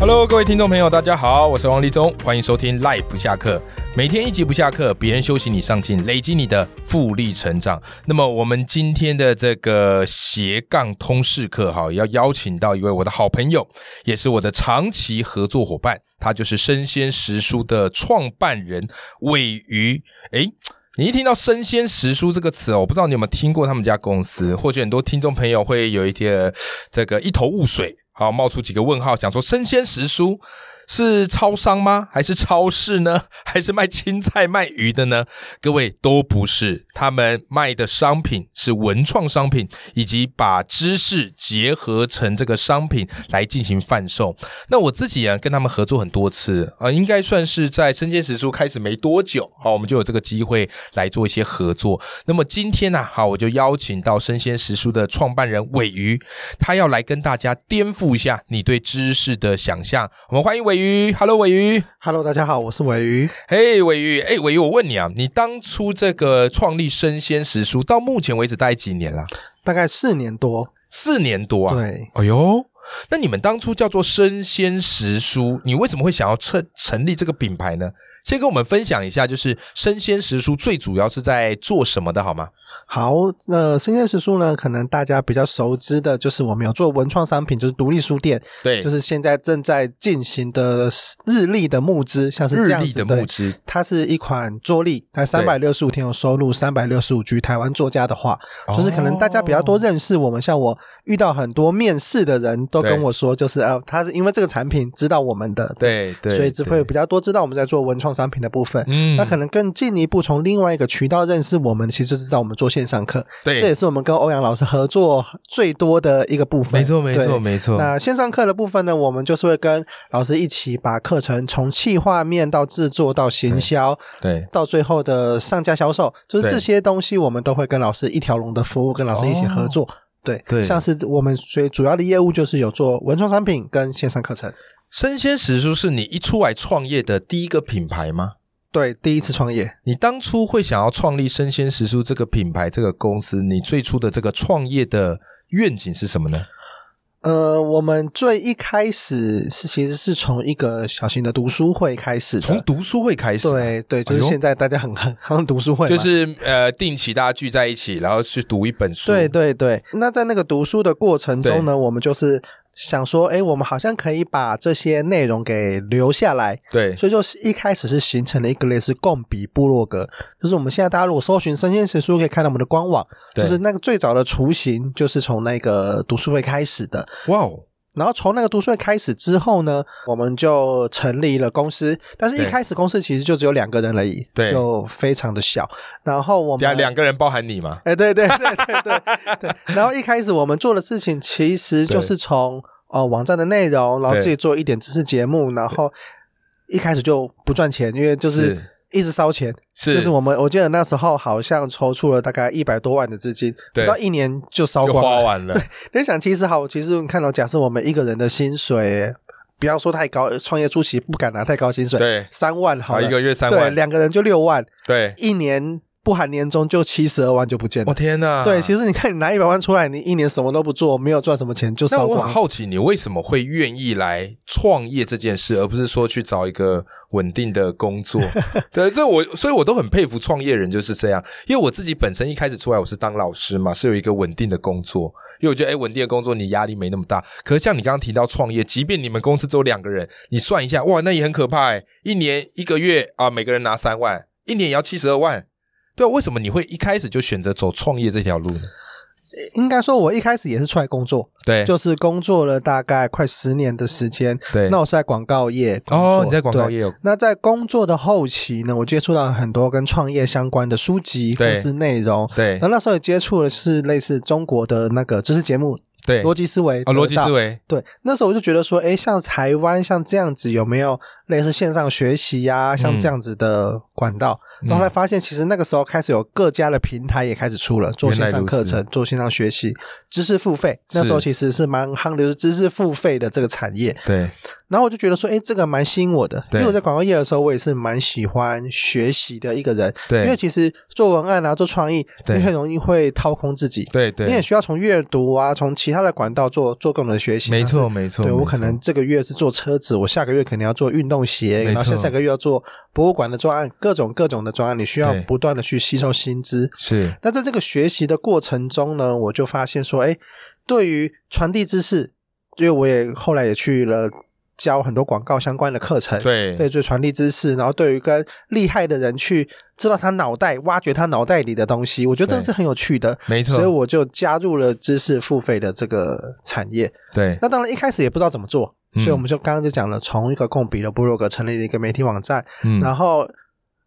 Hello，各位听众朋友，大家好，我是王立中，欢迎收听 Life 不下课。每天一集不下课，别人休息你上进，累积你的复利成长。那么我们今天的这个斜杠通识课哈，要邀请到一位我的好朋友，也是我的长期合作伙伴，他就是生鲜食蔬的创办人位于诶。你一听到“生鲜食蔬”这个词哦，我不知道你有没有听过他们家公司，或许很多听众朋友会有一些这个一头雾水，好冒出几个问号，想说“生鲜食蔬”是超商吗？还是超市呢？ 还是卖青菜、卖鱼的呢？各位都不是，他们卖的商品是文创商品，以及把知识结合成这个商品来进行贩售。那我自己啊，跟他们合作很多次啊、呃应该算是在生鲜食书开始没多久，好，我们就有这个机会来做一些合作。那么今天呢、好，我就邀请到生鲜食书的创办人尾鱼，他要来跟大家颠覆一下你对知识的想象。我们欢迎尾鱼，Hello，尾鱼。 Hello，大家好，我是尾鱼。嘿，尾鱼，哎，尾鱼，我问你啊，你当初这个创立生鲜食书到目前为止大概几年啦？大概四年多，四年多啊。对，哎呦，那你们当初叫做生鲜食蔬，你为什么会想要成成立这个品牌呢？先跟我们分享一下，就是生鲜食蔬最主要是在做什么的好吗？好，那生鲜食书呢，可能大家比较熟知的就是我们有做文创商品，就是独立书店，对就是现在正在进行的日历的募资，像是这日样历子的募对资，它是一款桌历，它三百六十五天有收入，三百六十五句台湾作家的话，就是可能大家比较多哦认识我们，像我遇到很多面试的人都跟对我说，就是啊，他是因为这个产品知道我们的，对对，所以只会对比较多知道我们在做文创商品的部分。嗯那可能更进一步从另外一个渠道认识我们，其实就是在我们做线上课，这也对，是我们跟欧阳老师合作最多的一个部分。没错没错对。没错，那线上课的部分呢，我们就是会跟老师一起把课程从企划面到制作到行销，对。到最后的上架销售，就是对这些东西我们都会跟老师一条龙的服务，跟老师一起合作。对，哦对像是我们所以主要的业务就是有做文创产品跟线上课程。生鲜食蔬是你一出来创业的第一个品牌吗？对，第一次创业，你当初会想要创立生鲜食蔬这个品牌、这个公司，你最初的这个创业的愿景是什么呢？呃，我们最一开始是其实是从一个小型的读书会开始的，从读书会开始啊、对对，就哎是呦现在大家很很很读书会嘛，就是呃，定期大家聚在一起，然后去读一本书。对对对。那在那个读书的过程中呢，我们就是想说，哎，我们好像可以把这些内容给留下来，对所以就是一开始是形成了一个类似共笔部落格，就是我们现在大家如果搜寻生鲜食书，可以看到我们的官网，对就是那个最早的雏形就是从那个读书会开始的。哇哦，然后从那个读书会开始之后呢，我们就成立了公司。但是一对开始公司其实就只有两个人而已，对就非常的小。然后我等下们啊两个人包含你嘛？哎，对对对对对对。 然后一开始我们做的事情其实就是从呃网站的内容，然后对自己做一点知识节目，然后一开始就不赚钱，因为就是是一直烧钱。是就是我们我记得那时候好像筹出了大概一百多万的资金，对不到一年就烧就光花了。完了，你想，其实好，其实你看到、假设我们一个人的薪水，不要说太高，呃创业初期不敢拿太高薪水，对三万好好了，一个月三对，万，两个人就六万，对，一年不含年终就七十二万就不见我、了。天哪！对，其实实你看，你拿一百万出来，你一年什么都不做，没有赚什么钱，就那烧我很光。好奇，你为什么会愿意来创业这件事，而不是说去找一个稳定的工 作？对，这我所以我都很佩服创业人就是这样，因为我自己本身一开始出来我是当老师嘛，是有一个稳定的工作，因为我觉得哎，稳定的工作你压力没那么大。可是像你刚刚提到创业，即便你们公司只有两个人，你算一下，哇，那也很可怕哎，一年一个月啊，每个人拿三万，一年也要七十二万。对啊，为什么你会一开始就选择走创业这条路呢？应该说，我一开始也是出来工作，对，就是工作了大概快十年的时间。对，那我是在广告业工作哦，你在广告对业有那在工作的后期呢，我接触到很多跟创业相关的书籍对或是内容。对然后那时候也接触的是类似中国的那个知识节目对哦《逻辑思维》啊，逻辑思维。维对，那时候我就觉得说，诶，像台湾像这样子有没有类似线上学习呀、嗯像这样子的管道。然后后来发现，其实那个时候开始有各家的平台也开始出了，做线上课原来程、做线上学习、知识付费。那时候其实是蛮夯的，就是知识付费的这个产业。对，然后我就觉得说，哎，这个蛮吸引我的，对因为我在广告业的时候，我也是蛮喜欢学习的一个人。对因为其实做文案啊，做创意，对你很容易会掏空自己。对对，你也需要从阅读啊，从其他的管道做做各种的学习。没像错是，没错，对没我错可能这个月是做车子，我下个月可能要做运动鞋，没然后下错下个月要做博物馆的专案，各种各种的专案，你需要对不断的去吸收新知。是那在这个学习的过程中呢，我就发现说，哎，对于传递知识，因为我也后来也去了教很多广告相关的课程，对对，就传递知识，然后对于跟厉害的人去知道他脑袋，挖掘他脑袋里的东西，我觉得这对是很有趣的。没错所以我就加入了知识付费的这个产业。对那当然一开始也不知道怎么做，嗯所以我们就刚刚就讲了，从一个共笔的部落格成立了一个媒体网站，嗯然后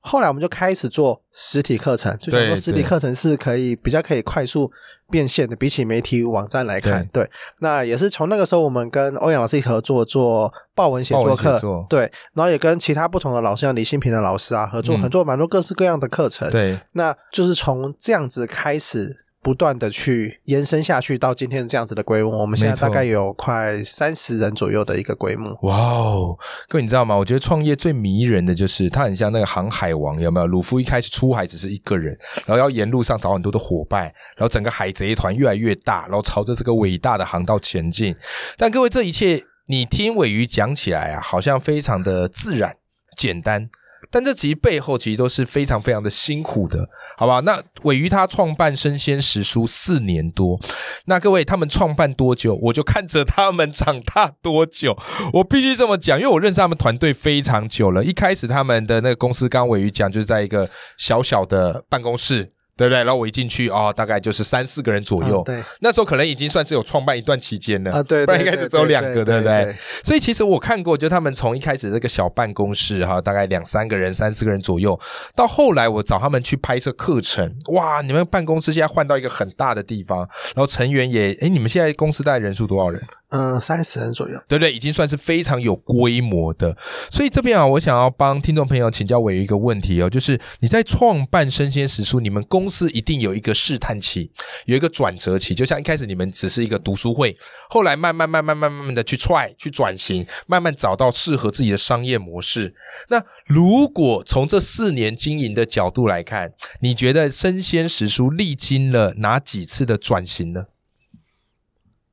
后来我们就开始做实体课程，就想对说实体课程是可以比较可以快速变现的，比起媒体网站来看，对。那也是从那个时候，我们跟欧阳老师一起合作做豹文写豹作文写课作，对，然后也跟其他不同的老师，像李新平的老师啊合作，嗯很多蛮多各式各样的课程，对那就是从这样子开始。不断的去延伸下去，到今天这样子的规模，我们现在没错大概有快三十人左右的一个规模。哇哦，各位你知道吗？我觉得创业最迷人的就是它很像那个航海王，有没有？鲁夫一开始出海只是一个人，然后要沿路上找很多的伙伴，然后整个海贼团越来越大，然后朝着这个伟大的航道前进。但各位，这一切你听尾鱼讲起来啊，好像非常的自然简单。但这其实背后其实都是非常非常的辛苦的，好吧？那尾鱼他创办生鲜食书四年多，那各位他们创办多久，我就看着他们长大多久。我必须这么讲，因为我认识他们团队非常久了。一开始他们的那个公司，刚刚尾鱼讲，就是在一个小小的办公室，对不对？然后我一进去哦，大概就是三四个人左右。啊对，那时候可能已经算是有创办一段期间了啊对 对不然一开始只有两个，对对对不对对对？所以其实我看过，就他们从一开始这个小办公室哈，大概两三个人、三四个人左右，到后来我找他们去拍摄课程，哇，你们办公室现在换到一个很大的地方，然后成员也，诶，你们现在公司大概人数多少人？嗯，三十人左右。对不对？已经算是非常有规模的。所以这边啊，我想要帮听众朋友请教伟一个问题哦，就是你在创办生鲜食书，你们公司一定有一个试探期，有一个转折期，就像一开始你们只是一个读书会，后来慢慢慢慢慢慢慢的去 try 去转型，慢慢找到适合自己的商业模式。那如果从这四年经营的角度来看，你觉得生鲜食书历经了哪几次的转型呢？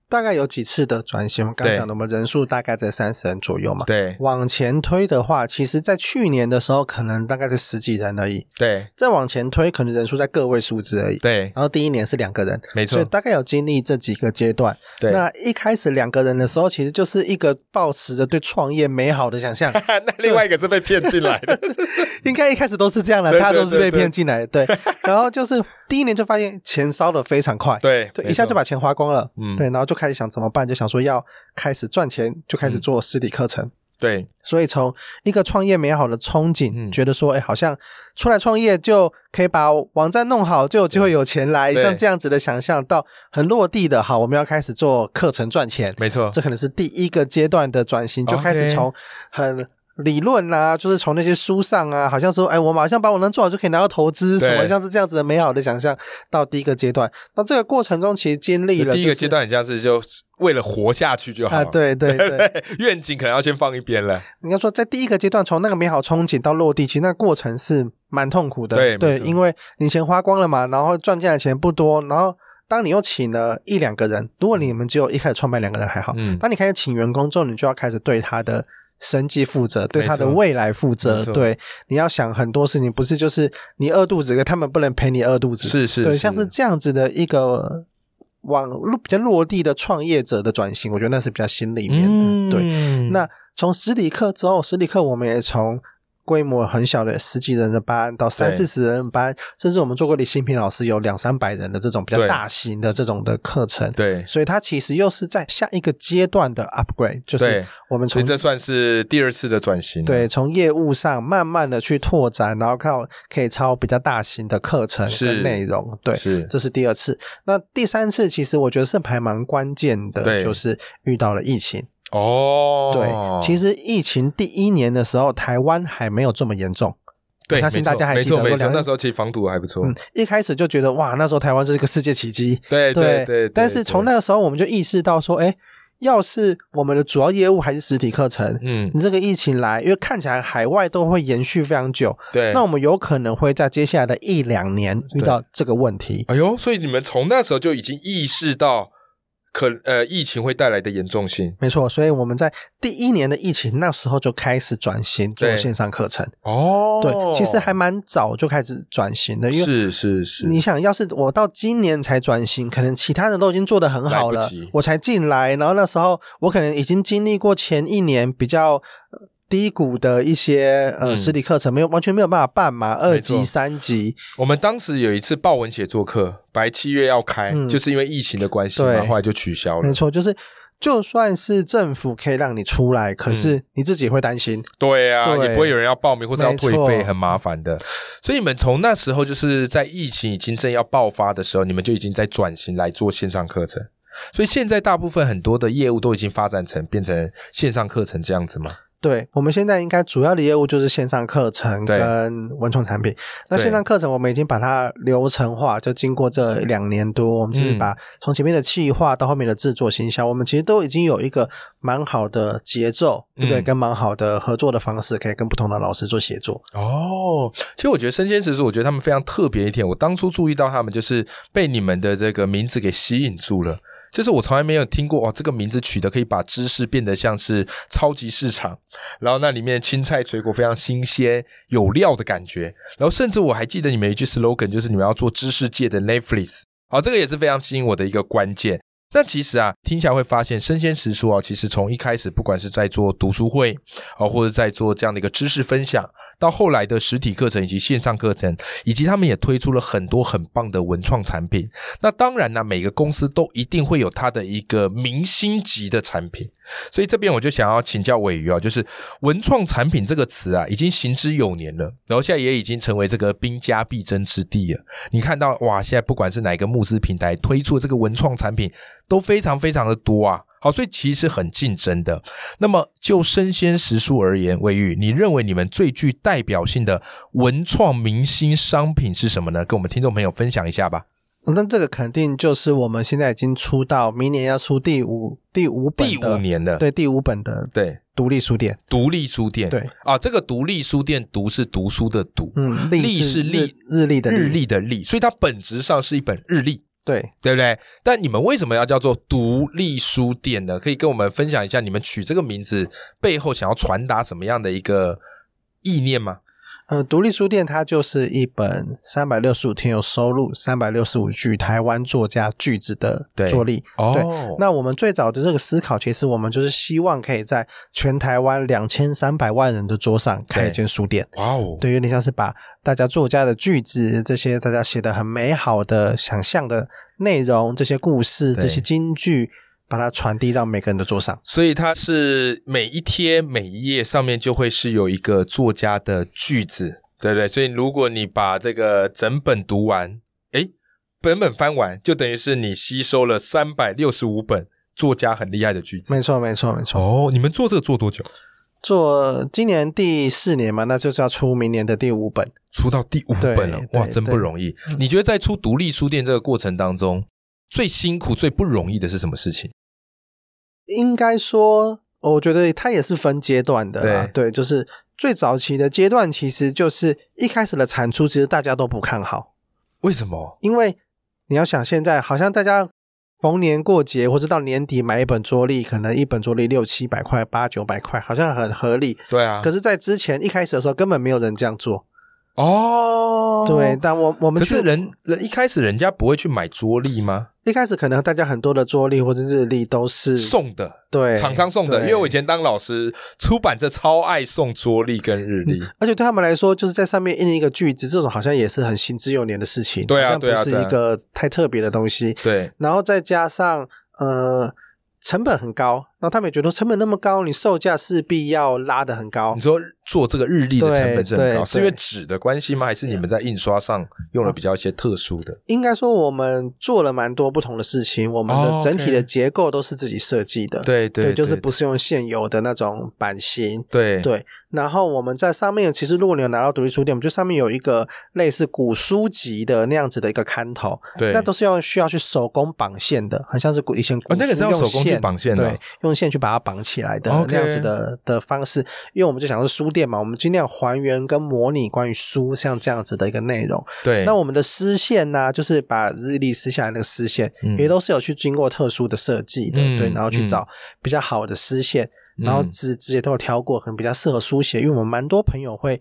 大概有几次的转型，我们刚对刚讲的，我们人数大概在三十人左右嘛。对往前推的话，其实在去年的时候，可能大概是十几人而已。对再往前推，可能人数在个位数字而已。对然后第一年是两个人，没错所以大概有经历这几个阶段。对，那一开始两个人的时候，其实就是一个抱持着对创业美好的 想象，那另外一个是被骗进来的，应该一开始都是这样对的，大家都是对对被骗进来的。对， 然后就是第一年就发现钱烧的非常快， 对对，一下就把钱花光了，嗯对，然后就开始想怎么办，就想说要开始赚钱，就嗯开始做实体课程。对所以从一个创业美好的憧憬，嗯觉得说，哎，好像出来创业就可以把网站弄好，就有机会有钱来，对像这样子的想象，到很落地的，好，我们要开始做课程赚钱，没错，这可能是第一个阶段的转型，就哦 OK 开始从很理论啊，就是从那些书上啊，好像说，哎，我马上把我能做好就可以拿到投资，对什么像是这样子的美好的想象，到第一个阶段。那这个过程中，其实经历了、第一个阶。段很像是就是为了活下去就好啊，了，对对对，哦愿景可能要先放一边了，你要说在第一个阶段，从那个美好憧憬到落地，其实那个过程是蛮痛苦的。对没对，错因为你钱花光了嘛，然后赚进来的钱不多，然后当你又请了一两个人，如果你们只有一开始创办两个人还好，嗯当你开始请员工之后，你就要开始对他的生计负责，对他的没错未来负没责错。对，你要想很多事情，不是就是你饿肚子，可他们不能陪你饿肚子。是是，对，像是这样子的一个往落比较落地的创业者的转型，我觉得那是比较心嗯里面的。对，对那从实体课之后，实体课我们也从规模很小的十几人的班到三对四十人的班，甚至我们做过李新平老师有两三百人的这种比对较大型的这种的课程，对，所以它其实又是在下一个阶段的 upgrade，就对是我们所从以这算是第二次的转型，对，从业务上慢慢的去拓展，然后看到可以抄比较大型的课程是跟内容。对，是这是第二次。那第三次其实我觉得是还蛮关键对的，就是遇到了疫情。哦，对，其实疫情第一年的时候，台湾还没有这么严重。对，我相信没错大家还没记错得没过错，两那时候其实防堵还不错。嗯，一开始就觉得哇，那时候台湾是一个世界奇迹。对对对，但是从那个时候我们就意识到说，哎，要是我们的主要业务还是实体课程，嗯，你这个疫情来，因为看起来海外都会延续非常久，对，那我们有可能会在接下来的一两年遇到这个问题。哎呦，所以你们从那时候就已经意识到可呃疫情会带来的严重性没错，所以我们在第一年的疫情那时候就开始转型做对线上课程，哦对，其实还蛮早就开始转型的，因为是是是，你想要是我到今年才转型，可能其他人都已经做得很好来了不及，我才进来，然后那时候我可能已经经历过前一年比较。呃低谷的一些呃嗯实体课程没有完全没有办法办嘛，二没错级、三级，我们当时有一次豹文写作课，白七月要开，嗯就是因为疫情的关系嘛，对后来就取消没了。错，就是就算是政府可以让你出来，可嗯是你自己会担心。对啊，对也不会有人要报名或是要退没费，错很麻烦的。所以你们从那时候就是在疫情已经正要爆发的时候，你们就已经在转型来做线上课程。所以现在大部分很多的业务都已经发展成变成线上课程这样子嘛？对我们现在应该主要的业务就是线上课程对跟文创产品。那对线上课程我们已经把它流程化，就经过这两年多，我们就是嗯把从前面的企划到后面的制作行销，我们其实都已经有一个蛮好的节奏，对不对？嗯跟蛮好的合作的方式，可以跟不同的老师做协作。哦，其实我觉得生鲜食是，我觉得他们非常特别一点。我当初注意到他们，就是被你们的这个名字给吸引住了。就是我从来没有听过，哇，哦这个名字取得可以把知识变得像是超级市场，然后那里面青菜水果非常新鲜有料的感觉。然后甚至我还记得你们有一句 slogan，就是你们要做知识界的 Netflix。好，这个也是非常吸引我的一个关键。那其实啊，听起来会发现生鲜食书啊，其实从一开始，不管是在做读书会啊，或者在做这样的一个知识分享，到后来的实体课程以及线上课程，以及他们也推出了很多很棒的文创产品。那当然呢、每个公司都一定会有它的一个明星级的产品。所以这边我就想要请教尾鱼啊，就是“文创产品”这个词啊，已经行之有年了，然后现在也已经成为这个兵家必争之地了。你看到哇，现在不管是哪一个募资平台推出这个文创产品，都非常非常的多啊。好，所以其实很竞争的。那么就生鲜食蔬而言，魏玉，你认为你们最具代表性的文创明星商品是什么呢？跟我们听众朋友分享一下吧。嗯那这个肯定就是我们现在已经出到明年要出第五第五本第五的年了，对第五本的对，独立书店，独立书店，对啊，这个独立书店“独”是读书的“读”，嗯，历是是历日日历的日，历的“历”，所以它本质上是一本日历。对，对不对？但你们为什么要叫做独立书店呢？可以跟我们分享一下你们取这个名字背后想要传达什么样的一个意念吗？呃，独立书店它就是一本三百六十五天有收录、三百六十五句台湾作家句子的对作例。对哦，那我们最早的这个思考，其实我们就是希望可以在全台湾两千三百万人的桌上开对一间书店。哇哦，对，有点像是把大家作家的句子，这些大家写的很美好的想象的内容，这些故事、对这些金句，把它传递到每个人的桌上。所以它是每一贴每一页上面就会是有一个作家的句子，对不对？所以如果你把这个整本读完，诶，本本翻完，就等于是你吸收了三百六十五本作家很厉害的句子。没错，没错，没错。哦，你们做这个做多久？做今年第四年嘛，那就是要出明年的第五本。出到第五本了，对哇，对真不对容易。你觉得在出独立书店这个过程当中，最辛苦、最不容易的是什么事情？应该说，我觉得它也是分阶段的啦。对，就是最早期的阶段，其实就是一开始的产出，其实大家都不看好，为什么？因为你要想，现在好像大家逢年过节或者到年底买一本桌历，可能一本桌历六七百块、八九百块，好像很合理。对啊，可是是，在之前一开始的时候，根本没有人这样做。哦，对，，但我我们可是去人人一开始人家不会去买桌历吗？一开始可能大家很多的桌历或者日历都是送的，对厂商送的，因对为我以前当老师，出版社超爱送桌历跟日历。而且对他们来说，就是在上面印一个句子，这种好像也是很行之有年的事情，对啊好像对啊不对是啊一个太特别的东西。对，然后再加上呃，成本很高，然后他们也觉得成本那么高，你售价势必要拉得很高你。说做这个日历的对成本是很对嗯高，对是因为纸的关系吗？还是你们在印刷上用了比较一些特殊的？应该说我们做了蛮多不同的事情，我们哦的，OK 整体的结构都是自己设计的。对对，就是不是用现有的那种版型。对对，然后我们在上面，其实如果你有拿到独立书店，我们就上面有一个类似古书籍的那样子的一个刊头，对，那都是要需要去手工绑线的，很像是古以前古哦那个书是要用手工去线绑线的对，用线去把它绑起来的 OK 那样子的的方式。因为我们就想是书店嘛，我们尽量还原跟模拟关于书像这样子的一个内容。对，那我们的丝线呢、就是把日历撕下来那个丝线，嗯也都是有去经过特殊的设计的，嗯对，然后去嗯找比较好的丝线，然后嗯纸纸也都有挑过，可能比较适合书写，因为我们蛮多朋友会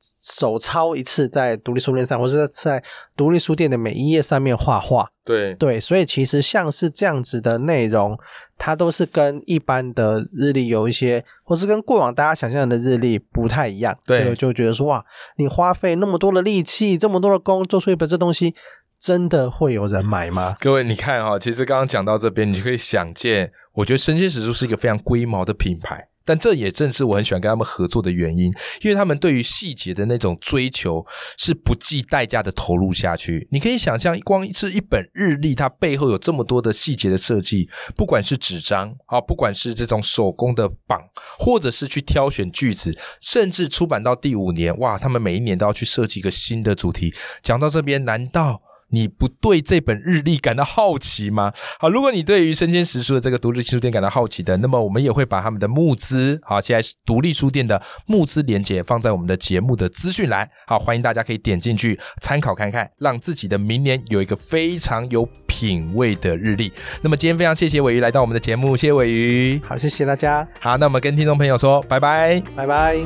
手抄一次在独立书店上，或者在独立书店的每一页上面画画，对对，所以其实像是这样子的内容，它都是跟一般的日历有一些，或是跟过往大家想象的日历不太一样。对就觉得说哇，你花费那么多的力气，这么多的工，做出一本这东西，真的会有人买吗？各位，你看哈、其实刚刚讲到这边，你就可以想见，我觉得生鲜食书是一个非常龟毛的品牌，但这也正是我很喜欢跟他们合作的原因，因为他们对于细节的那种追求是不计代价的投入下去。你可以想象，光是一本日历，它背后有这么多的细节的设计，不管是纸张啊，不管是这种手工的绑，或者是去挑选句子，甚至出版到第五年，哇，他们每一年都要去设计一个新的主题。讲到这边，难道？你不对这本日历感到好奇吗？好，如果你对于生鲜食书的这个独立书店感到好奇的，那么我们也会把他们的募资，好，现在是独立书店的募资连接放在我们的节目的资讯栏，好，欢迎大家可以点进去参考看看，让自己的明年有一个非常有品味的日历。那么今天非常谢谢尾鱼来到我们的节目，谢谢尾鱼。好，谢谢大家，好，那我们跟听众朋友说拜拜。拜拜。